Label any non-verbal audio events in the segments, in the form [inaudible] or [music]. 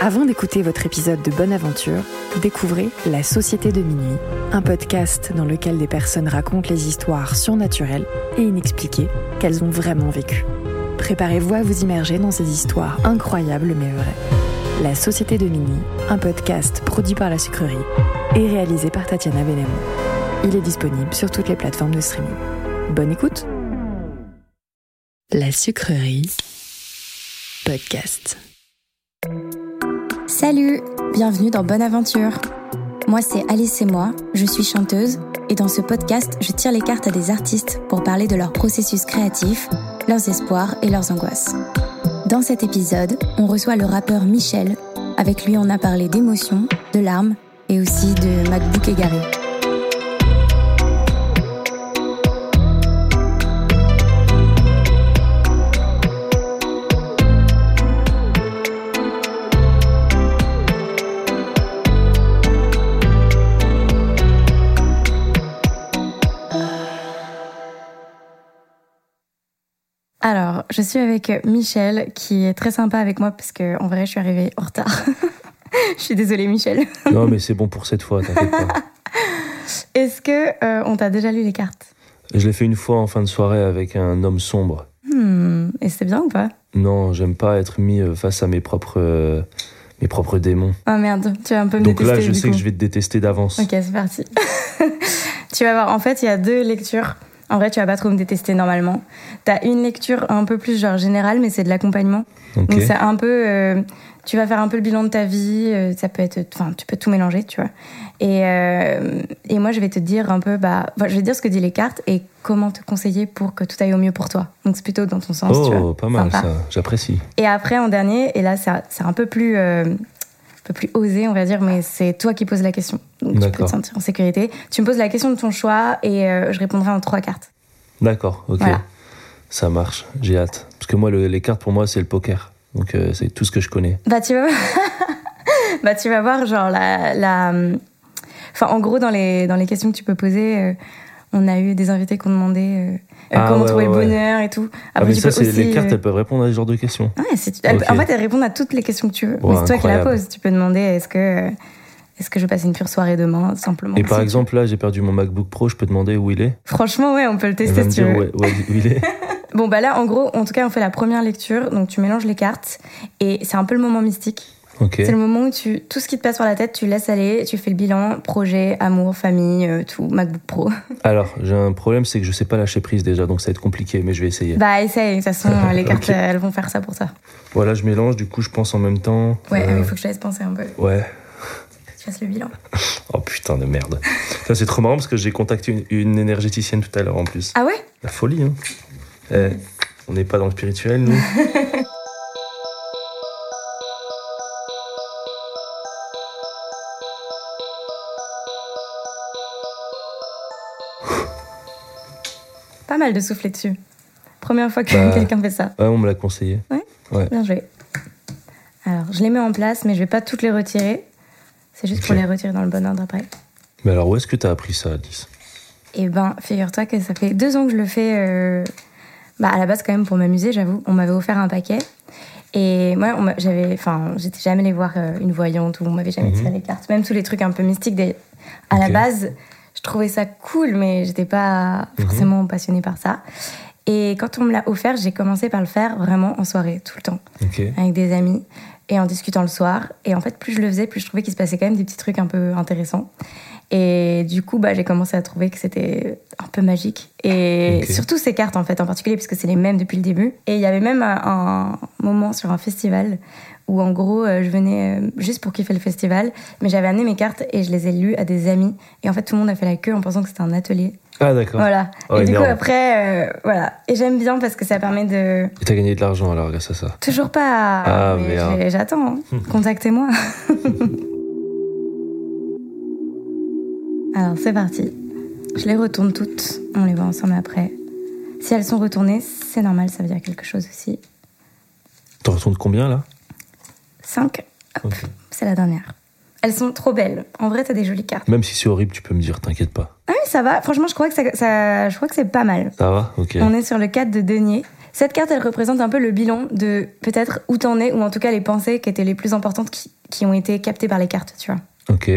Avant d'écouter votre épisode de Bonne Aventure, découvrez La Société de Minuit, un podcast dans lequel des personnes racontent les histoires surnaturelles et inexpliquées qu'elles ont vraiment vécues. Préparez-vous à vous immerger dans ces histoires incroyables mais vraies. La Société de Minuit, un podcast produit par la sucrerie et réalisé par Tatiana Benamou. Il est disponible sur toutes les plateformes de streaming. Bonne écoute La sucrerie podcast. Salut, bienvenue dans Bonne Aventure. Moi c'est Alice et moi, je suis chanteuse et dans ce podcast je tire les cartes à des artistes pour parler de leur processus créatif, leurs espoirs et leurs angoisses. Dans cet épisode, on reçoit le rappeur Michel. Avec lui on a parlé d'émotions, de larmes et aussi de MacBook égaré. Alors, je suis avec Michel, qui est très sympa avec moi parce que en vrai, je suis arrivée en retard. [laughs] je suis désolée, Michel. Non, mais c'est bon pour cette fois, t'inquiète pas. Est-ce que euh, on t'a déjà lu les cartes Je l'ai fait une fois en fin de soirée avec un homme sombre. Hmm, Et c'est bien ou pas Non, j'aime pas être mis euh, face à mes propres, euh, mes propres démons. Ah merde, tu vas [laughs] un peu me Donc là, détester, je du sais coup. que je vais te détester d'avance. Ok, c'est parti. [laughs] tu vas voir, en fait, il y a deux lectures. En vrai, tu vas pas trop me détester normalement. T'as une lecture un peu plus genre générale, mais c'est de l'accompagnement. Ok. Donc c'est un peu, euh, tu vas faire un peu le bilan de ta vie. euh, ça peut être, enfin, tu peux tout mélanger, tu vois. Et euh, et moi, je vais te dire un peu, bah, enfin, je vais dire ce que disent les cartes et comment te conseiller pour que tout aille au mieux pour toi. Donc c'est plutôt dans ton sens, tu vois. Oh, pas mal Sympa. ça, j'apprécie. Et après, en dernier, et là, ça- c'est un peu plus. euh, un peu plus osé, on va dire, mais c'est toi qui poses la question. Donc tu peux D'accord. te sentir en sécurité. Tu me poses la question de ton choix et euh, je répondrai en trois cartes. D'accord, ok. Voilà. Ça marche, j'ai hâte. Parce que moi, le- les cartes pour moi, c'est le poker. Donc euh, c'est tout ce que je connais. Bah tu vas, [laughs] bah, tu vas voir, genre, la, la... Enfin, en gros, dans les, dans les questions que tu peux poser, euh, on a eu des invités qui ont demandé euh, euh, Ah, comment ouais, trouver le ouais, ouais. bonheur et tout. Ah, Après, mais tu ça, peux c'est les aussi, cartes, euh, elles peuvent répondre à ce genre de questions. Ouais, si tu- elle- Ok. En fait, elles répondent à toutes les questions que tu veux. Wow, mais c'est toi qui la incroyable. poses. Tu peux demander est-ce que, euh, est-ce que je passe une pure soirée demain, simplement. Et Si [laughs] par tu- exemple, là, j'ai perdu mon MacBook Pro, je peux demander où il est Franchement, ouais, on peut le Elle tester va me si tu dire veux. où, où- où [laughs] il est. Bon, bah là, en gros, en tout cas, on fait la première lecture. Donc, tu mélanges les cartes. Et c'est un peu le moment mystique. Ok. C'est le moment où tu, tout ce qui te passe par la tête, tu laisses aller, tu fais le bilan, projet, amour, famille, euh, tout, MacBook Pro. Alors, j'ai un problème, c'est que je sais pas lâcher prise déjà, donc ça va être compliqué, mais je vais essayer. bah, essaye. De toute façon, euh, les cartes, Ok. euh, elles vont faire ça pour ça. Voilà, je mélange, du coup, je pense en même temps. Ouais, ah, Euh, mais il faut que je te laisse penser un peu. ouais. Tu fasses le bilan. Oh putain de [laughs] merde. Ça, c'est trop marrant parce que j'ai contacté une, une énergéticienne tout à l'heure en plus. Ah ouais La folie, hein. Eh, on n'est pas dans le spirituel, [laughs] nous. Pas mal de souffler dessus. Première fois que Bah. quelqu'un fait ça. Ouais, on me l'a conseillé. Bien joué. Alors, je les mets en place, mais je vais pas toutes les retirer. C'est juste pour Ok. les retirer dans le bon ordre après. Mais alors, où est-ce que t'as appris ça, Alice Et ben, figure-toi que ça fait deux ans que je le fais. euh, Bah, à la base, quand même, pour m'amuser, j'avoue. On m'avait offert un paquet. Et moi, on m'a- j'avais. Enfin, j'étais jamais allée voir euh, une voyante ou on m'avait jamais Mhm. tiré les cartes. Même tous les trucs un peu mystiques. Des... À la Ok. base, je trouvais ça cool, mais j'étais pas Mhm. forcément passionnée par ça. Et quand on me l'a offert, j'ai commencé par le faire vraiment en soirée, tout le temps Ok. avec des amis et en discutant le soir. Et en fait, plus je le faisais, plus je trouvais qu'il se passait quand même des petits trucs un peu intéressants. Et du coup, bah, j'ai commencé à trouver que c'était un peu magique. Et Ok. surtout ces cartes, en fait, en particulier, puisque c'est les mêmes depuis le début. Et il y avait même euh, un moment sur un festival où, en gros, euh, je venais euh, juste pour kiffer le festival, mais j'avais amené mes cartes et je les ai lues à des amis. Et en fait, tout le monde a fait la queue en pensant que c'était un atelier. Ah, d'accord. Voilà. Oh, et du coup, énorme. après, euh, voilà. Et j'aime bien parce que ça permet de... Et t'as gagné de l'argent alors, grâce à ça. Toujours pas. Ah, mais merde. j'ai- [laughs] J'attends. hein. Contactez-moi. Alors, c'est parti. Je les retourne toutes. On les voit ensemble après. Si elles sont retournées, c'est normal, ça veut dire quelque chose aussi. T'en retournes combien, là 5, Ok. c'est la dernière. Elles sont trop belles. En vrai, t'as des jolies cartes. Même si c'est horrible, tu peux me dire, t'inquiète pas. Ah oui, ça va. Franchement, je crois que, ça, ça- je crois que c'est pas mal. Ça va Ok. On est sur le 4 de denier. Cette carte, elle représente un peu le bilan de peut-être où t'en es, ou en tout cas les pensées qui étaient les plus importantes qui, qui ont été captées par les cartes, tu vois. Ok,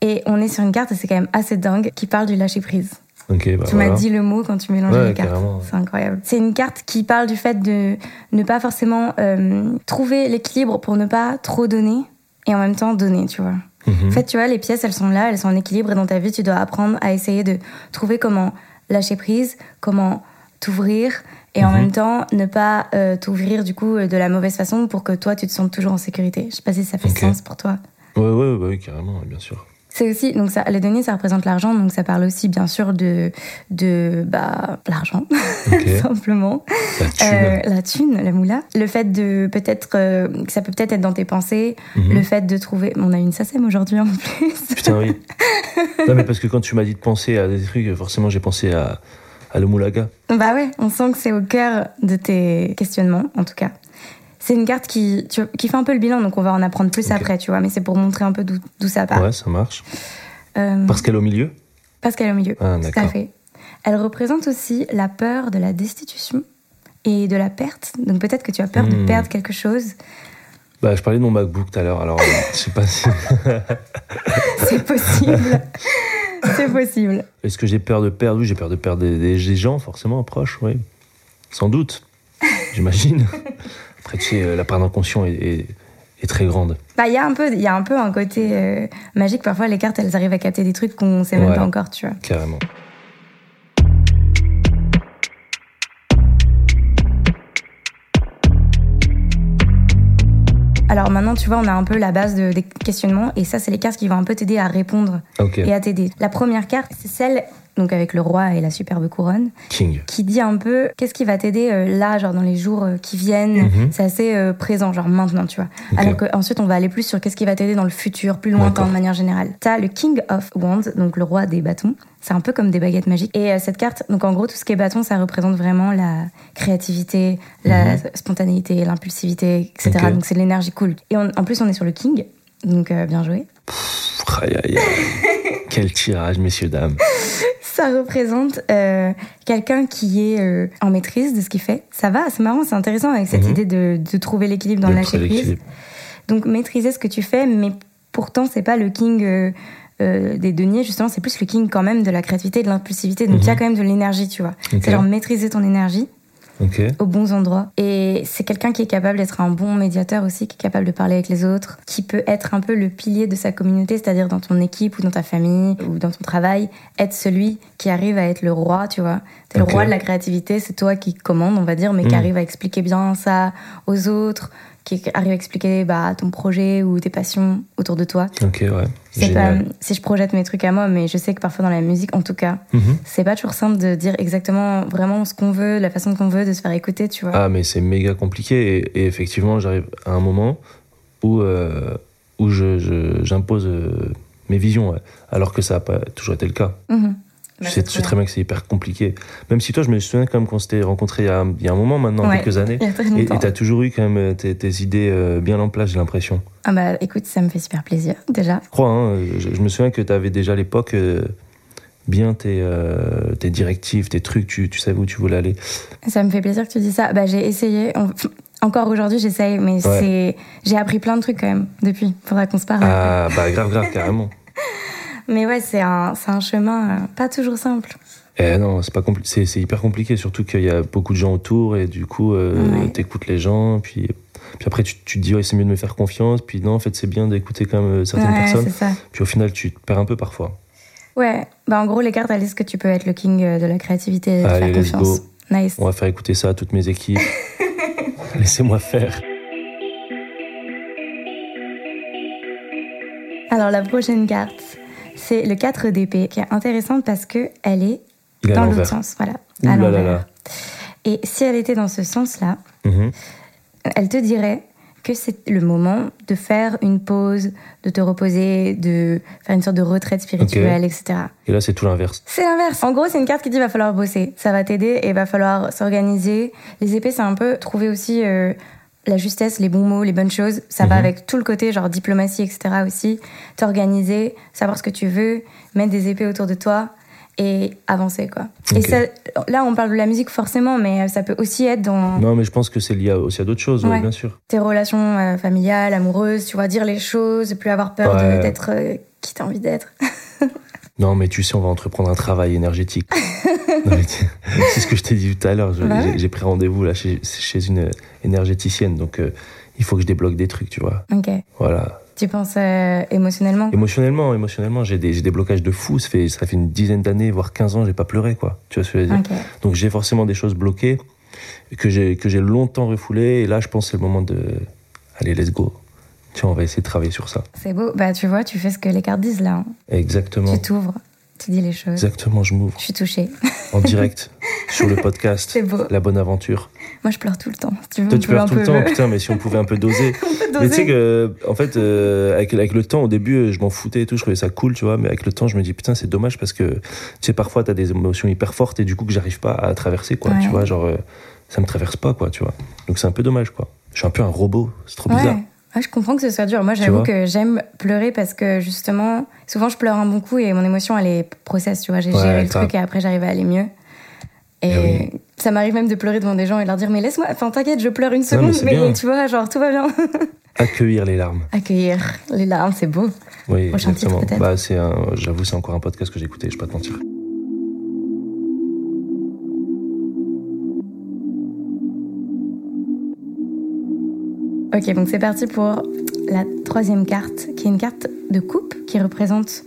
Et on est sur une carte, et c'est quand même assez dingue, qui parle du lâcher prise. ok, bah Tu voilà. m'as dit le mot quand tu mélanges Ouais, les cartes. carrément, ouais. C'est incroyable. C'est une carte qui parle du fait de ne pas forcément euh, trouver l'équilibre pour ne pas trop donner et en même temps donner, tu vois. Mhm. En fait, tu vois, les pièces, elles sont là, elles sont en équilibre et dans ta vie, tu dois apprendre à essayer de trouver comment lâcher prise, comment t'ouvrir et en Mhm. même temps ne pas euh, t'ouvrir du coup euh, de la mauvaise façon pour que toi, tu te sentes toujours en sécurité. Je sais pas si ça fait Ok. sens pour toi. Ouais, ouais, ouais, ouais, carrément, ouais, bien sûr. C'est aussi, donc ça, les deniers, ça représente l'argent, donc ça parle aussi bien sûr de, de bah, l'argent, [laughs] Ok, simplement. la thune. Euh, la thune, la moula. Le fait de peut-être, euh, que ça peut peut-être être dans tes pensées, Mhm. le fait de trouver. On a une SACEM aujourd'hui en plus. [laughs] Putain, oui. non, mais parce que quand tu m'as dit de penser à des trucs, forcément, j'ai pensé à, à le moulaga. Bah ouais, on sent que c'est au cœur de tes questionnements, en tout cas. C'est une carte qui, tu- qui fait un peu le bilan, donc on va en apprendre plus Ok. après, tu vois, mais c'est pour montrer un peu d'où d'où ça part. Ouais, ça marche. Euh, Parce qu'elle est au milieu parce qu'elle est au milieu. Ah, Tout à d'accord. fait. Elle représente aussi la peur de la destitution et de la perte. Donc peut-être que tu as peur de Hmm. perdre quelque chose. Bah, je parlais de mon MacBook tout à l'heure, alors euh, je sais pas si. [laughs] C'est possible. c'est possible. Est-ce que j'ai peur de perdre Oui, j'ai peur de perdre des, des- des gens, forcément, proches, oui. Sans doute, [laughs] j'imagine. Après, tu sais, euh, la part d'inconscient est, est- est très grande. Bah, il y a un peu, il y a un peu un côté euh, magique. Parfois, les cartes, elles arrivent à capter des trucs qu'on sait même Ouais. pas encore, tu vois. Carrément. Alors maintenant, tu vois, on a un peu la base de- des questionnements, et ça, c'est les cartes qui vont un peu t'aider à répondre Ok. et à t'aider. La première carte, c'est celle donc avec le roi et la superbe couronne, King. qui dit un peu qu'est-ce qui va t'aider euh, là, genre dans les jours euh, qui viennent. Mhm. C'est assez euh, présent, genre maintenant, tu vois. Ok. Alors qu'ensuite, on va aller plus sur qu'est-ce qui va t'aider dans le futur, plus lointain D'accord. de manière générale. T'as le King of Wands, donc le roi des bâtons. C'est un peu comme des baguettes magiques. Et euh, cette carte, donc en gros, tout ce qui est bâton, ça représente vraiment la créativité, la spontanéité, l'impulsivité, etc. Mhm. Ok. Donc c'est de l'énergie cool. Et on- en plus, on est sur le King, donc euh, bien joué. Pff, aïe, [laughs] aïe, aïe. Quel tirage, messieurs, dames. Ça représente euh, quelqu'un qui est euh, en maîtrise de ce qu'il fait. Ça va, c'est marrant, c'est intéressant avec cette Mhm. idée de, de trouver l'équilibre dans Le la lâcher prise. l'équilibre. Donc maîtriser ce que tu fais, mais pourtant c'est pas le king euh, euh, des deniers justement, c'est plus le king quand même de la créativité, et de l'impulsivité. Donc il y a Mhm. quand même de l'énergie, tu vois. Ok. C'est genre maîtriser ton énergie Ok. aux bons endroits. Et c'est quelqu'un qui est capable d'être un bon médiateur aussi, qui est capable de parler avec les autres, qui peut être un peu le pilier de sa communauté, c'est-à-dire dans ton équipe ou dans ta famille ou dans ton travail, être celui qui arrive à être le roi, tu vois. T'es Ok. le roi de la créativité, c'est toi qui commande, on va dire, mais qui Mm. arrive à expliquer bien ça aux autres, qui arrive à expliquer bah, ton projet ou tes passions autour de toi. Ok, ouais. C'est pas, Génial. si je projette mes trucs à moi, mais je sais que parfois dans la musique, en tout cas, Mhm. c'est pas toujours simple de dire exactement vraiment ce qu'on veut, la façon qu'on veut, de se faire écouter, tu vois. Ah, mais c'est méga compliqué. Et, et effectivement, j'arrive à un moment où, euh, où je- je- j'impose euh, mes visions, ouais. alors que ça n'a pas toujours été le cas. Mhm. Je sais, je sais très bien que Bah, c'est hyper compliqué. Même si toi, je me souviens quand même qu'on s'était rencontrés il y, a, il y a un moment maintenant, Ouais. Mmh. quelques années. [laughs] Il y a très Et longtemps. tu as toujours eu quand même euh, tes, tes idées euh, bien en place, j'ai l'impression. Ah bah écoute, ça me fait super plaisir déjà. Je crois, hein, je, je me souviens que tu avais déjà à l'époque euh, bien tes, euh, tes directives, tes trucs, tu, tu savais où tu voulais aller. Ça me fait plaisir que tu dis ça. Bah j'ai essayé. on- Encore aujourd'hui, j'essaye, mais Ouais. c'est j'ai appris plein de trucs quand même depuis. Faudra qu'on se parle. après. Ah, bah grave, grave, [laughs] carrément. Mais ouais, c'est un c'est un chemin euh, pas toujours simple. Eh non, c'est pas compli- c'est c'est hyper compliqué, surtout qu'il y a beaucoup de gens autour et du coup, euh, Ouais. t'écoutes les gens, puis, puis après tu, tu te dis, ouais, c'est mieux de me faire confiance, puis non, en fait, c'est bien d'écouter quand même euh, certaines ouais, personnes, c'est ça. puis au final, tu te perds un peu parfois. Ouais. Bah en gros, les cartes elles disent que tu peux être le king euh, de la créativité et de Allez, faire let's confiance. go. Nice. On va faire écouter ça à toutes [laughs] mes équipes. Laissez-moi faire. Alors la prochaine carte, c'est le 4 d'épée qui est intéressante parce que elle est Il est à dans l'envers. l'autre sens, voilà. Ouh à là là l'envers. là. Et si elle était dans ce sens-là, Mhm. Elle te dirait que c'est le moment de faire une pause, de te reposer, de faire une sorte de retraite spirituelle, etc. Et là, c'est tout l'inverse. C'est l'inverse. En gros, c'est une carte qui dit va falloir bosser, ça va t'aider et va falloir s'organiser. Les épées, c'est un peu trouver aussi euh, la justesse, les bons mots, les bonnes choses. Ça va Mhm. avec tout le côté genre diplomatie, etc. aussi. T'organiser, savoir ce que tu veux, mettre des épées autour de toi et avancer quoi. Et Ok. ça, là on parle de la musique forcément, mais euh, ça peut aussi être dans Non, mais je pense que c'est lié à- aussi à d'autres choses, ouais, Ouais. bien sûr. tes relations euh, familiales, amoureuses, tu vois, dire les choses, plus avoir peur de- Ouais. d'être euh, qui t'as envie d'être. Non, mais tu sais, on va entreprendre un travail énergétique. [laughs] Non, mais tu- c'est ce que je t'ai dit tout à l'heure. Je- Bah ouais. j'ai- J'ai pris rendez-vous là chez, chez une euh, énergéticienne, donc euh, il faut que je débloque des trucs, tu vois. Ok. Voilà. Tu penses euh, émotionnellement Émotionnellement, émotionnellement, j'ai des, j'ai des blocages de fou. Ça fait, ça fait une dizaine d'années, voire 15 ans, j'ai pas pleuré, quoi. Tu vois ce que je veux dire Ok. Donc j'ai forcément des choses bloquées que j'ai que j'ai longtemps refoulées. Et là, je pense que c'est le moment de allez, let's go. Tiens, on va essayer de travailler sur ça. C'est beau. Bah tu vois, tu fais ce que les cartes disent là. hein. Exactement. Tu t'ouvres, tu dis les choses. Exactement, je m'ouvre Je suis touchée. [laughs] en direct sur le podcast C'est beau. La Bonne Aventure. Moi, je pleure tout le temps. Si tu veux, Toi, on tu peut pleures un tout le peu temps, me- putain, mais si on pouvait un peu doser. [laughs] on peut doser. Mais tu sais que, en fait, euh, avec, avec le temps, au début, euh, je m'en foutais et tout, je trouvais ça cool, tu vois, mais avec le temps, je me dis, putain, c'est dommage parce que, tu sais, parfois, t'as des émotions hyper fortes et du coup, que j'arrive pas à traverser, quoi, Ouais. tu vois, genre, euh, ça me traverse pas, quoi, tu vois. Donc, c'est un peu dommage, quoi. Je suis un peu un robot, c'est trop Ouais. bizarre. Ah, je comprends que ce soit dur. Moi, j'avoue vois que j'aime pleurer parce que justement, souvent, je pleure un bon coup et mon émotion, elle est process, tu vois. J'ai Ouais, géré le grave. truc et après, j'arrive à aller mieux. Et Eh ça m'arrive même de pleurer devant des gens et de leur dire, mais laisse-moi, enfin, t'inquiète, je pleure une seconde, mais c'est mais, bien. tu vois, genre, tout va bien. [laughs] Accueillir les larmes. Accueillir les larmes, c'est beau. Oui, Prochain titre, exactement. peut-être. Bah, c'est un- j'avoue, c'est encore un podcast que j'ai écouté, je vais pas te mentir. Ok, donc c'est parti pour la troisième carte, qui est une carte de coupe qui représente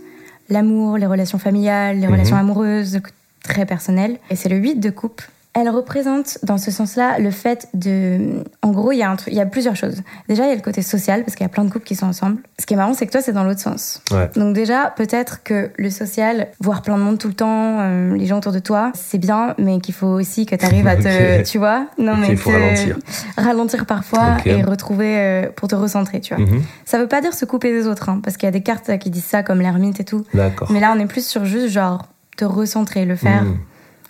l'amour, les relations familiales, les Mhm. relations amoureuses, très personnelles. Et c'est le 8 de coupe. Elle représente, dans ce sens-là, le fait de... En gros, il y, a un truc- il y a plusieurs choses. Déjà, il y a le côté social, parce qu'il y a plein de couples qui sont ensemble. Ce qui est marrant, c'est que toi, c'est dans l'autre sens. Ouais. Donc déjà, peut-être que le social, voir plein de monde tout le temps, euh, les gens autour de toi, c'est bien, mais qu'il faut aussi que tu arrives [laughs] à te... Ok. Tu vois Non, Ok, mais il faut te- ralentir. Ralentir parfois Ok. et retrouver euh, pour te recentrer, tu vois. Mhm. Ça veut pas dire se couper des autres, hein, parce qu'il y a des cartes euh, qui disent ça, comme l'ermite et tout. D'accord. Mais là, on est plus sur juste, genre, te recentrer, le faire, Mhm.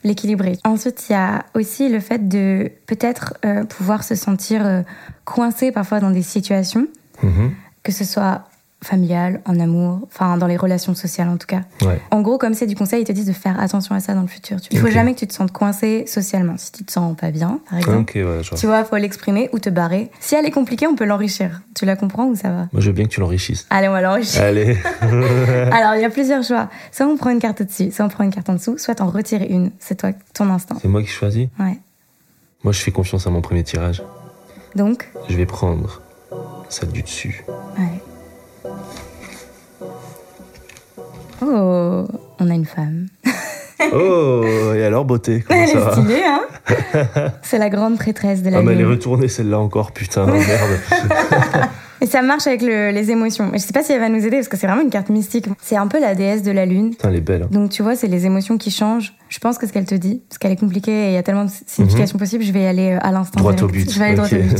l'équilibrer. Ensuite, il y a aussi le fait de peut-être euh, pouvoir se sentir euh, coincé parfois dans des situations, Mhm. que ce soit familial, en amour, enfin, dans les relations sociales en tout cas. Ouais. En gros, comme c'est du conseil, ils te disent de faire attention à ça dans le futur. Tu- Il faut Ok. jamais que tu te sentes coincé socialement. Si tu te sens pas bien, par exemple, Ok, ouais, genre. tu vois, faut l'exprimer ou te barrer. Si elle est compliquée, on peut l'enrichir. Tu la comprends ou ça va Moi, je veux bien que [laughs] tu l'enrichisses. Allez, on va l'enrichir. Allez. Euh. Alors, il y a plusieurs choix. Soit on prend une carte au-dessus, soit on prend une carte en dessous, soit t'en retires une. C'est toi, ton instinct. c'est moi qui choisis. Ouais. Moi, je fais confiance à mon premier tirage. Donc, Je vais prendre celle [laughs] du dessus. ouais. Oh, on a une femme. Oh, et alors beauté, comment Elle ça est va stylée, hein [laughs] C'est la grande prêtresse de la Ah, mais elle est lune. retournée celle-là encore, putain, merde. Et ça marche avec le- les émotions. Et Je sais pas si elle va nous aider parce que c'est vraiment une carte mystique. C'est un peu la déesse de la lune. Putain, elle [laughs] est belle. hein. Donc tu vois, c'est les émotions qui changent. Je pense que ce qu'elle te dit, parce qu'elle est compliquée et il y a tellement de significations possibles, je vais y aller euh, à l'instant. Mhm. Droit direct. au but. Je vais aller droit ok. au [laughs] but.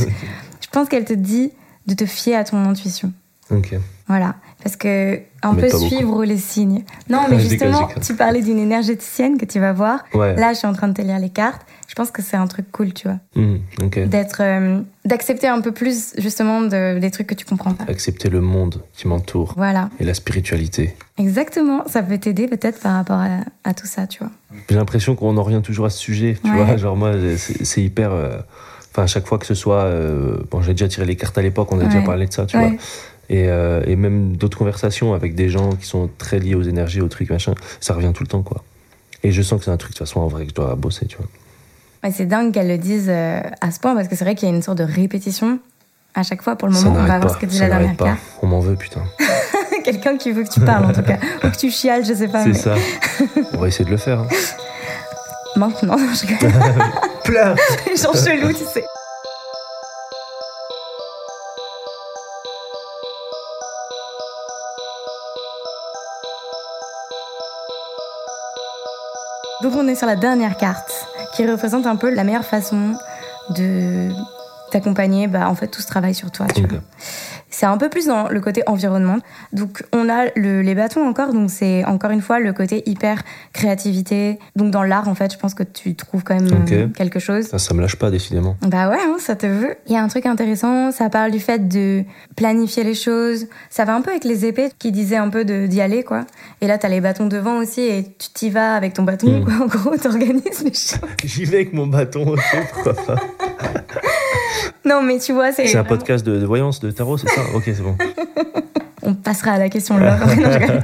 Je pense qu'elle te dit de te fier à ton intuition. Ok. Voilà. Parce que un Mais peu pas beaucoup. suivre les signes. Non, [laughs] mais Je déconne, je justement, déconne. tu parlais d'une énergéticienne que tu vas voir. Ouais. Là, je suis en train de te lire les cartes. Je pense que c'est un truc cool, tu vois. Hmm, ok. D'être, euh, d'accepter un peu plus, justement, de- des trucs que tu comprends pas. Accepter le monde qui m'entoure Voilà. et la spiritualité. Exactement. Ça peut t'aider peut-être par rapport à, à tout ça, tu vois. J'ai l'impression qu'on en revient toujours à ce sujet, tu Ouais. vois. Genre, moi, c'est c'est hyper. euh, Enfin, à chaque fois que ce soit. euh, Bon, j'ai déjà tiré les cartes à l'époque, on a déjà Ouais. parlé de ça, tu Ouais. vois. Et, euh, et même d'autres conversations avec des gens qui sont très liés aux énergies, aux trucs, machin. Ça revient tout le temps, quoi. Et je sens que c'est un truc, de toute façon, en vrai, que je dois bosser, tu vois. Ouais, c'est dingue qu'elle le dise euh, à ce point parce que c'est vrai qu'il y a une sorte de répétition à chaque fois. Pour le Ça moment, on va n'arrête voir pas. ce que dit ça la n'arrête dernière pas. carte. [laughs] On m'en veut, putain. Quelqu'un qui veut que tu parles en tout cas, ou que tu chiales, je sais pas. C'est mais ça. [laughs] On va essayer de le faire. hein. Maintenant, je rigole. Plein [laughs] Les gens chelous, tu sais. Donc on est sur la dernière carte qui représente un peu la meilleure façon de t'accompagner bah, en fait tout ce travail sur toi. tu Ok. vois. C'est un peu plus dans le côté environnement. Donc on a le- les bâtons encore, donc c'est encore une fois le côté hyper créativité. Donc dans l'art en fait, je pense que tu trouves quand même Ok. euh, quelque chose. Ça, ça me lâche pas, décidément. Bah ouais, hein, ça te veut. Il y a un truc intéressant, ça parle du fait de planifier les choses. Ça va un peu avec les épées qui disaient un peu de- d'y aller, quoi. Et là, t'as les bâtons devant aussi et tu t'y vas avec ton bâton, Mm. quoi. En gros, [laughs] t'organises les choses. J'y vais avec mon bâton, ok, [laughs] pourquoi pas. Non, mais tu vois, c'est. C'est un vraiment- podcast de, de voyance, de tarot, c'est ça Ok, c'est bon. On passera à la question [laughs] là. Non, je rigole.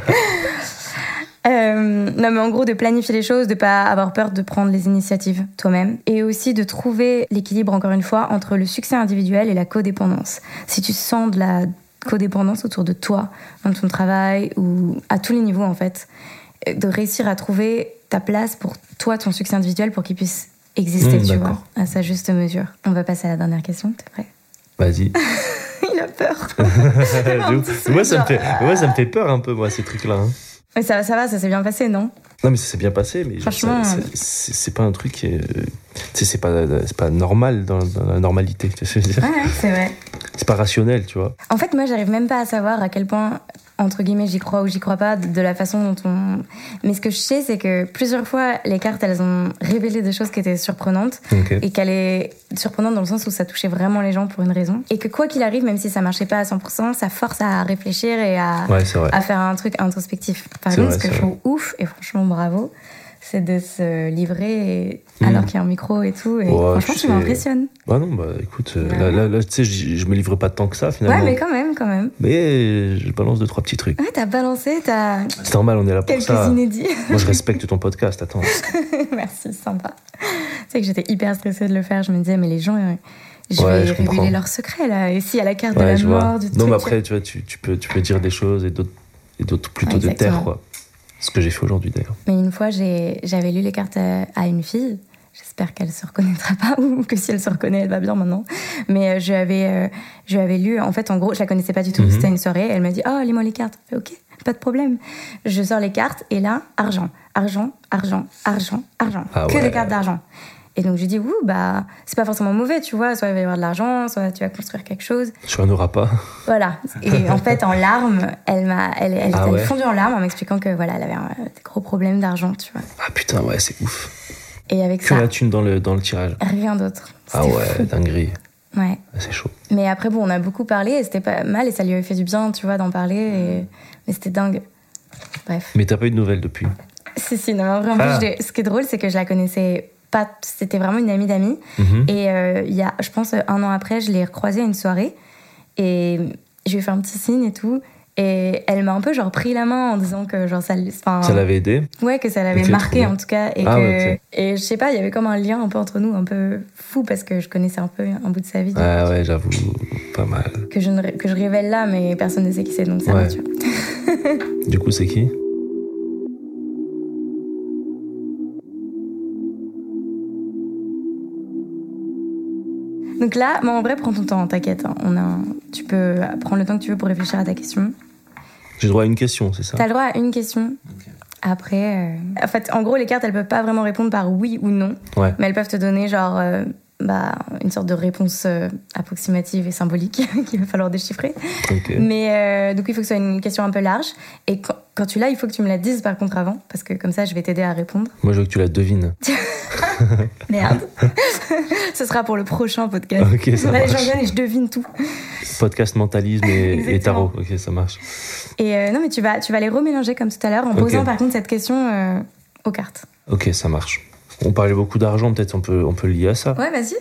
Euh, non mais en gros de planifier les choses, de pas avoir peur de prendre les initiatives toi-même et aussi de trouver l'équilibre encore une fois entre le succès individuel et la codépendance. Si tu sens de la codépendance autour de toi, dans ton travail ou à tous les niveaux en fait, euh, de réussir à trouver ta place pour toi, ton succès individuel pour qu'il puisse exister, Mmh, tu vois, d'accord. à sa juste mesure. On va passer à la dernière question, t'es prêt [laughs] Vas-y. Il a peur. [laughs] petit sourire, De ouf. moi, ça me genre, fait, moi, ça me fait peur un peu, moi, ces trucs-là. hein. Mais ça va, ça va, ça s'est bien passé, non Non, mais ça s'est bien passé, mais genre, Franchement, ça- euh, c'est- c'est c'est pas un truc. qui est, euh, tu sais, c'est pas, c'est pas normal dans, dans la normalité. tu vois ce que je veux dire Ouais, ouais, c'est vrai. C'est pas rationnel, tu vois. En fait, moi, j'arrive même pas à savoir à quel point, entre guillemets, j'y crois ou j'y crois pas de de la façon dont on. Mais ce que je sais, c'est que plusieurs fois, les cartes, elles ont révélé des choses qui étaient surprenantes. Ok. Et qu'elle est surprenante dans le sens où ça touchait vraiment les gens pour une raison. Et que quoi qu'il arrive, même si ça marchait pas à 100%, ça force à réfléchir et à, Ouais, c'est vrai. à faire un truc introspectif. Par C'est contre, vrai, ce que c'est je trouve ouf, et franchement bravo, c'est de se livrer et- alors qu'il y a un micro et tout. Et Mm. franchement, Ouais, tu tu sais. m'impressionnes. Ouais, non, bah écoute, euh, Ouais. là, là, là, tu sais, j'y- je me livre pas tant que ça Ouais, finalement. mais quand même, quand même. mais je balance deux, trois petits trucs. Ouais, t'as balancé, t'as C'est normal, on est là pour Ah. quelques ça. inédits. Moi, je respecte ton [laughs] podcast, attends. Merci, sympa. C'est que j'étais hyper stressée de le faire. Je me disais, mais les gens, euh, je Ouais, vais je révéler comprends. leurs secrets là. Et si à la carte Ouais, de je la vois. mort, du non, truc. mais après, tu vois, tu, tu peux, tu peux dire des choses et d'autres et d'autres plutôt Ouais, de terre, exactement. quoi. Ce que j'ai fait aujourd'hui, d'ailleurs. Mais une fois, j'ai- j'avais lu les cartes à, à une fille. J'espère qu'elle se reconnaîtra pas [laughs] ou que si elle se reconnaît, elle va bien maintenant. Mais euh, je avais, euh, je lui avais lu. En fait, en gros, je la connaissais pas du tout. Mhm. C'était une soirée. Elle m'a dit, oh, lis-moi les cartes. Je fais, ok, pas de problème. Je sors les cartes et là, argent, argent, argent, argent, argent. Ah que ouais. des cartes d'argent. Et donc je dis, ouh, bah, c'est pas forcément mauvais, tu vois. Soit il va y avoir de l'argent, soit tu vas construire quelque chose. Tu en auras pas. Voilà. Et en [laughs] fait, en larmes, elle m'a, elle, elle, Ah elle ouais. fondue en larmes en m'expliquant que voilà, elle avait un, des gros problèmes d'argent, tu vois. Ah putain, ouais, c'est ouf. Et avec Que ça, la thune dans le, dans le tirage. rien d'autre. Ah C'était ouais, fou. dinguerie. Ah, Ouais. C'est chaud. Mais après, bon, on a beaucoup parlé et c'était pas mal et ça lui avait fait du bien, tu vois, d'en parler. Mm. et- Mais c'était dingue. Bref. [laughs] Mais t'as pas eu de nouvelles depuis Si, si, non, mais en vrai, en plus, Ah. je l'ai- ce qui est drôle, c'est que je la connaissais pas. C'était vraiment une amie d'amis. Mhm. Et euh, il y a, je pense, un an après, je l'ai recroisée à une soirée. Et je lui ai fait un petit signe et tout. Et elle m'a un peu, genre, pris la main en disant que, genre, ça. l- enfin, Ça l'avait aidé Ouais, que ça l'avait Ok, marqué trop bien. en tout cas. Et, Ah, que... ouais, et je sais pas, il y avait comme un lien un peu entre nous, un peu fou, parce que je connaissais un peu un bout de sa vie Ah ouais, j'avoue, pas mal. que, je ne... ré- que je révèle là, mais personne ne sait qui c'est, donc ça va, Ouais. tu vois. Du coup, c'est qui Donc là, moi, en vrai, prends ton temps, t'inquiète. hein. On a un- Tu peux prendre le temps que tu veux pour réfléchir à ta question. J'ai droit à une question, c'est ça T'as le droit à une question. Après, euh, en fait, en gros, les cartes, elles peuvent pas vraiment répondre par oui ou non, Ouais. mais elles peuvent te donner genre euh, bah, une sorte de réponse euh, approximative et symbolique [laughs] qu'il va falloir déchiffrer. Ok. Mais euh, donc il faut que ce soit une question un peu large. Et quand, quand tu l'as, il faut que tu me la dises par contre avant, parce que comme ça, je vais t'aider à répondre. Moi, je veux que tu la devines. [laughs] Merde. [laughs] ce sera pour le prochain podcast. Ok, ça Là, marche. j'en viens et je devine tout. Podcast [laughs] mentalisme et, et Exactement. tarot. Ok, ça marche. Et euh, non, mais tu vas, tu vas les remélanger comme tout à l'heure en Ok. posant par contre cette question euh, aux cartes. Ok, ça marche. On parlait beaucoup d'argent, peut-être on peut, on peut le lier à ça. Ouais, vas-y.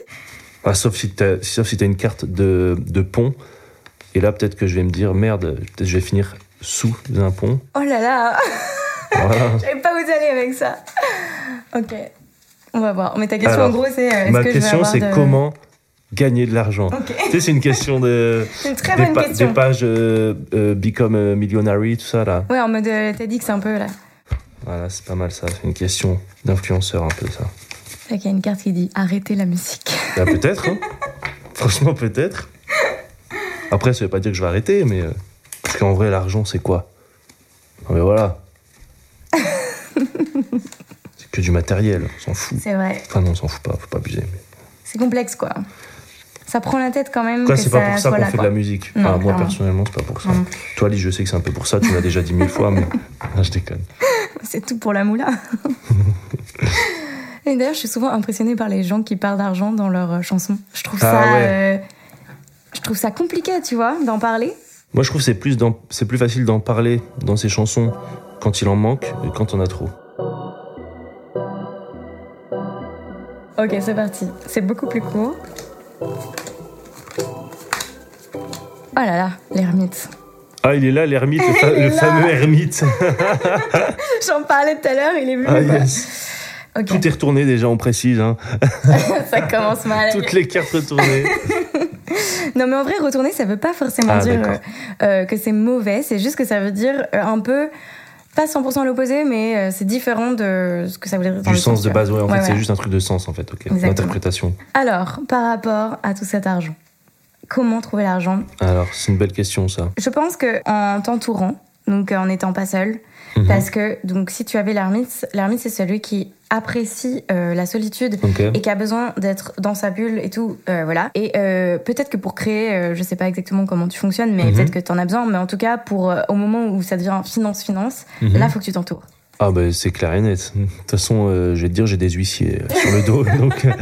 Ah, sauf si t'as sauf si t'as une carte de, de pont. Et là, peut-être que je vais me dire, merde, peut-être je vais finir sous un pont. Oh là là, [laughs] Voilà. j'avais pas osé aller avec ça. ok. On va voir. Mais ta question Alors, en gros, c'est. euh, est-ce Ma que je vais question, avoir c'est de- comment gagner de l'argent. Ok. Tu sais, c'est une question de. C'est une [laughs] très des, bonne pa- question. des pages euh, euh, Become a Millionary, tout ça là. Ouais, en mode euh, t'as dit que c'est un peu là. Voilà, c'est pas mal ça. C'est une question d'influenceur un peu ça. C'est vrai qu'il y a une carte qui dit arrêtez la musique. [laughs] Bah, peut-être. hein. [laughs] Franchement, peut-être. Après, ça veut pas dire que je vais arrêter, mais. euh, Parce qu'en vrai, l'argent, c'est quoi Non, mais [laughs] voilà. c'est que du matériel, on s'en fout. C'est vrai. Enfin, non, on s'en fout pas, faut pas abuser. mais- C'est complexe quoi. ça prend la tête quand même. Après, que c'est pas pour ça qu'on voilà, fait de quoi. la musique. Non, Enfin, moi, clairement. personnellement, c'est pas pour ça. Non. Toi, Alice, je sais que c'est un peu pour ça, tu l'as déjà dit mille fois, mais [laughs] Non, je déconne. C'est tout pour la [laughs] moula. Et d'ailleurs, je suis souvent impressionnée par les gens qui parlent d'argent dans leurs euh, chansons. Je trouve Ah ça. ouais. euh, je trouve ça compliqué, tu vois, d'en parler. Moi, je trouve que c'est plus, d'en- c'est plus facile d'en parler dans ses chansons quand il en manque que quand on a trop. Ok, c'est parti. C'est beaucoup plus court. Oh là là, l'ermite. Ah, il est là, l'ermite, le, fa- Il est le là. fameux ermite. [laughs] J'en parlais tout à l'heure, il est venu. Ah, quoi. yes. Ok, [laughs] Tout est retourné déjà, on précise. hein. ça commence mal. Toutes les cartes [laughs] retournées. Non, mais en vrai, retourner, ça veut pas forcément Ah, dire d'accord. euh, euh, que c'est mauvais. C'est juste que ça veut dire euh, un peu, pas 100% l'opposé, mais euh, c'est différent de ce que ça voulait dire. dans Du le sens de tu vois. base, ouais, en Ouais, fait, c'est voilà. juste un truc de sens, en fait, ok. Exactement. L'interprétation. Alors, par rapport à tout cet argent, comment trouver l'argent Alors, c'est une belle question, ça. Je pense que en t'entourant, donc en n'étant pas seul, Mhm. parce que donc si tu avais l'ermite, l'ermite c'est celui qui apprécie euh, la solitude Mhm. Ok. et qui a besoin d'être dans sa bulle et tout, euh, voilà. Et euh, peut-être que pour créer, euh, je sais pas exactement comment tu fonctionnes, mais Mhm. peut-être que t'en as besoin, mais en tout cas pour euh, au moment où ça devient finance finance, Mhm. là faut que tu t'entoures. Ah, bah, c'est clair et net. De toute façon, euh, je vais te dire, j'ai des huissiers euh, sur le dos, [laughs] donc. euh,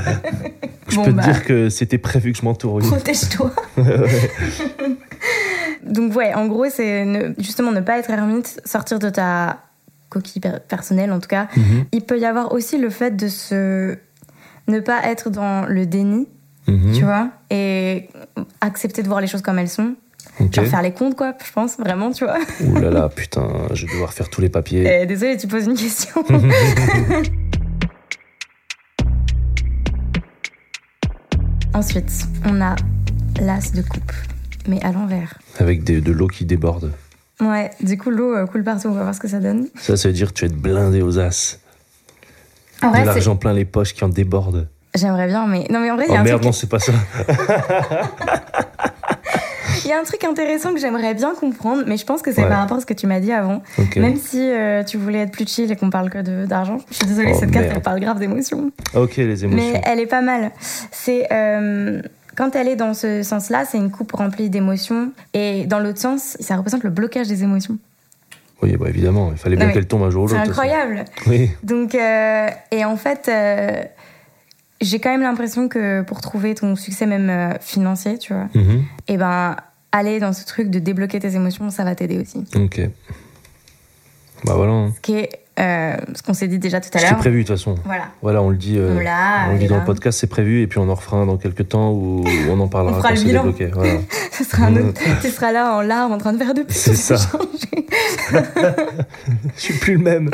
Je Bon, peux bah. te dire que c'était prévu que je m'entoure. oui. [laughs] Protège-toi. [laughs] Donc ouais, en gros, c'est ne- justement ne pas être ermite, sortir de ta coquille per- personnelle en tout cas. Mhm, Il peut y avoir aussi le fait de se ne pas être dans le déni, mhm, tu vois, et accepter de voir les choses comme elles sont. ok. Genre faire les comptes, quoi, je pense, vraiment, tu vois. Ouh là là, putain, je vais devoir faire tous les papiers. Euh, désolée, tu poses une [laughs] question. Ensuite, on a l'as de coupe, mais à l'envers. Avec des- de l'eau qui déborde. Ouais, du coup, l'eau euh, coule partout, on va voir ce que ça donne. Ça, ça veut dire que tu vas être blindé aux as. En de vrai, c'est- l'argent plein les poches qui en déborde. j'aimerais bien, mais. Non, mais en vrai, il y Oh a un truc merde, non, [laughs] c'est pas ça. Il y a un truc intéressant que j'aimerais bien comprendre, mais je pense que c'est Ouais. par rapport à ce que tu m'as dit avant. Ok. Même si euh, tu voulais être plus chill et qu'on parle que de- d'argent, je suis désolée, Oh, cette carte merde. elle parle grave d'émotions. Ok, les émotions. Mais elle est pas mal. C'est euh, quand elle est dans ce sens-là, c'est une coupe remplie d'émotions, et dans l'autre sens, ça représente le blocage des émotions. Oui, bah, évidemment, il fallait Non, bien mais qu'elle tombe un jour ou C'est l'autre. de toute façon. incroyable. Oui. Donc, euh, et en fait, euh, j'ai quand même l'impression que pour trouver ton succès même euh, financier, tu vois, Mhm, et ben aller dans ce truc de débloquer tes émotions, ça va t'aider aussi. Ok. Bah voilà. hein. qui est euh, ce qu'on s'est dit déjà tout à Je t'ai l'heure. hein. prévu, de toute façon. Voilà. Voilà, on le dit, euh, On l'a, ben, on le elle dit est dans là. le podcast, c'est prévu, et puis on en refera un dans quelques temps [laughs] où on en parlera On fera quand le c'est bilan. débloqué. [laughs] Voilà. [laughs] Ce sera un autre. [laughs] tu seras là en larmes en train de faire de plus. C'est ça. Je suis plus le même.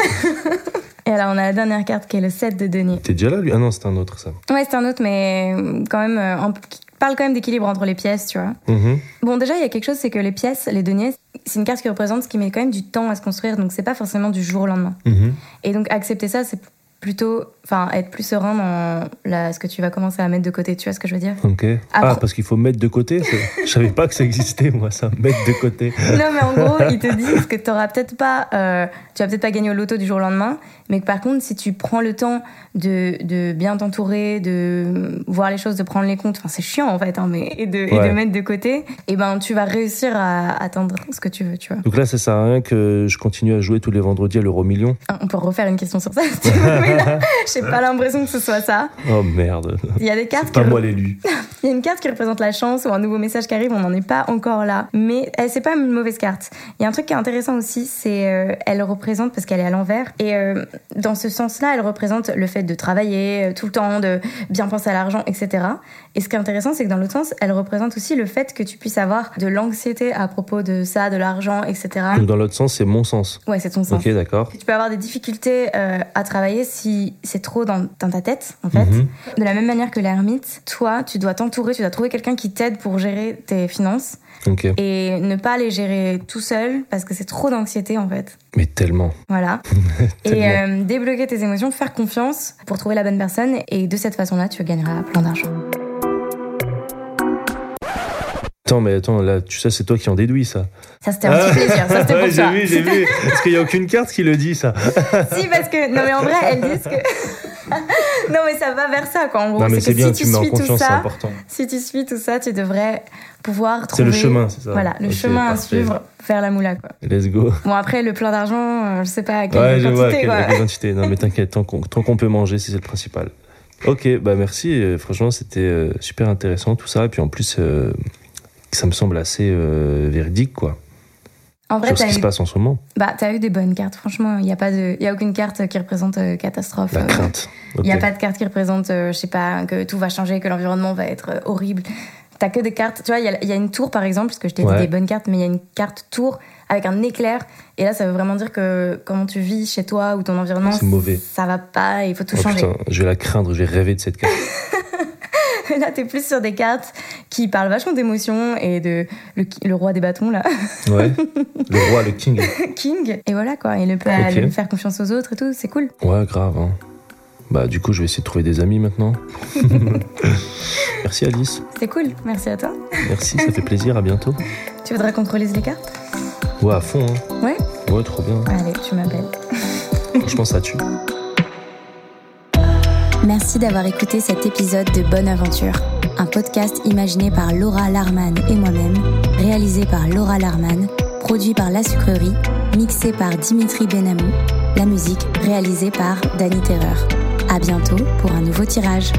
Et alors, on a la dernière carte qui est le 7 de denier. [laughs] T'es déjà là, lui Ah non, c'est un autre, ça. Ouais, c'est un autre, mais euh, quand même, euh, un peu- qui parle quand même d'équilibre entre les pièces, tu vois. Mhm. Bon, déjà, il y a quelque chose, c'est que les pièces, les deniers, c'est une carte qui représente ce qui met quand même du temps à se construire, donc c'est pas forcément du jour au lendemain. Mhm. Et donc, accepter ça, c'est plutôt, enfin, être plus serein dans la- ce que tu vas commencer à mettre de côté, tu vois ce que je veux dire Ok. Ah, Après- parce qu'il faut mettre de [laughs] côté c'est- Je savais pas que ça existait, moi, ça, mettre de côté. Non, mais en gros, ils te disent que t'auras peut-être pas, euh, tu vas peut-être pas gagner au loto du jour au lendemain, mais que par contre, si tu prends le temps de, de bien t'entourer, de voir les choses, de prendre les comptes, enfin, c'est chiant en fait, hein, mais, et, de, et de Ouais. mettre de côté, et ben, tu vas réussir à atteindre ce que tu veux, tu vois. Donc là, ça sert à rien que je continue à jouer tous les vendredis à l'euro million. Ah, On peut refaire une question sur ça, si tu veux, [laughs] mais là, j'ai pas l'impression que ce soit ça. Oh merde. Il y a des cartes Pas qui moi l'élu. Il y a une carte qui représente la chance ou un nouveau message qui arrive, on n'en est pas encore là. Mais euh, c'est pas une mauvaise carte. Il y a un truc qui est intéressant aussi, c'est euh, elle représente parce qu'elle est à l'envers. Et euh, dans ce sens-là, elle représente le fait de travailler euh, tout le temps, de bien penser à l'argent, etc. Et ce qui est intéressant, c'est que dans l'autre sens, elle représente aussi le fait que tu puisses avoir de l'anxiété à propos de ça, de l'argent, etc. Donc dans l'autre sens, c'est mon sens. Ouais, c'est ton Ah. sens. Mmh. Ok, d'accord. Que Tu peux avoir des difficultés euh, à travailler si c'est trop dans, dans ta tête, en fait. Mhm. De la même manière que l'ermite, toi, tu dois t'entourer, tu dois trouver quelqu'un qui t'aide pour gérer tes finances Ok. et ne pas les gérer tout seul parce que c'est trop d'anxiété, en fait. Mais tellement. Voilà. [laughs] et Tellement. euh, débloquer tes émotions, faire confiance pour trouver la bonne personne et de cette façon-là, tu gagneras plein d'argent. Attends, mais attends, là, tu sais, c'est toi qui en déduis ça. Ça, c'était un petit plaisir. Ça, c'était Ah. [laughs] Ouais, pour j'ai toi. [laughs] vu, j'ai vu. Parce qu'il n'y a aucune carte qui le dit, ça. si, parce que. [laughs] Non, mais en vrai, elles disent que. non, mais ça va vers ça, quoi. En gros, Non, mais C'est c'est que bien, si tu me mets en suis tout confiance, c'est ça, important. si tu suis tout ça, tu devrais pouvoir trouver. C'est le chemin, c'est ça Voilà, le Ok, chemin à parfait. suivre vers la moula, quoi. Let's go. Bon, après, le plein d'argent, euh, je sais pas à quelle ouais, je vois, quantité, quelle quoi. quelle quantité. Non, mais t'inquiète, tant qu'on tant qu'on peut manger, c'est le principal. Ok, bah merci. euh, Franchement, c'était euh, super intéressant tout ça. Et puis en plus, euh, ça me semble assez euh, véridique, quoi. En vrai, sur ce t'as qui se eu, passe en ce moment. bah, t'as eu des bonnes cartes. Franchement, il n'y a, pas de- y a aucune carte qui représente euh, catastrophe. La euh, crainte. Ok. Il n'y a pas de carte qui représente, euh, je sais pas, que tout va changer, que l'environnement va être euh, horrible. T'as que des cartes. Tu vois, il y a- il y, a une tour par exemple, parce que je t'ai Ouais. dit des bonnes cartes, mais il y a une carte tour avec un éclair. Et là, ça veut vraiment dire que comment tu vis chez toi ou ton environnement, C'est mauvais. ça va pas, et il faut tout Oh changer. putain, je vais la craindre, je vais rêver de cette carte. [laughs] là, t'es plus sur des cartes qui parlent vachement d'émotions et de le, ki- le roi des bâtons, là, Ouais. [laughs] le roi, le king. King. Et voilà quoi, et le, Ok. le faire confiance aux autres et tout, c'est cool. Ouais, grave. hein. Bah, du coup, je vais essayer de trouver des [laughs] amis maintenant. Merci Alice. C'est cool, merci à toi. Merci, ça fait plaisir. À bientôt. Tu voudrais qu'on te relise les cartes Ouais, à fond. hein. Ouais Ouais, trop bien. Allez, tu m'appelles. Franchement, ça tue. Merci d'avoir écouté cet épisode de Bonne Aventure, un podcast imaginé par Laura Larman et moi-même, réalisé par Laura Larman, produit par La Sucrerie, mixé par Dimitri Benamou, la musique réalisée par Danny Terreur. À bientôt pour un nouveau tirage.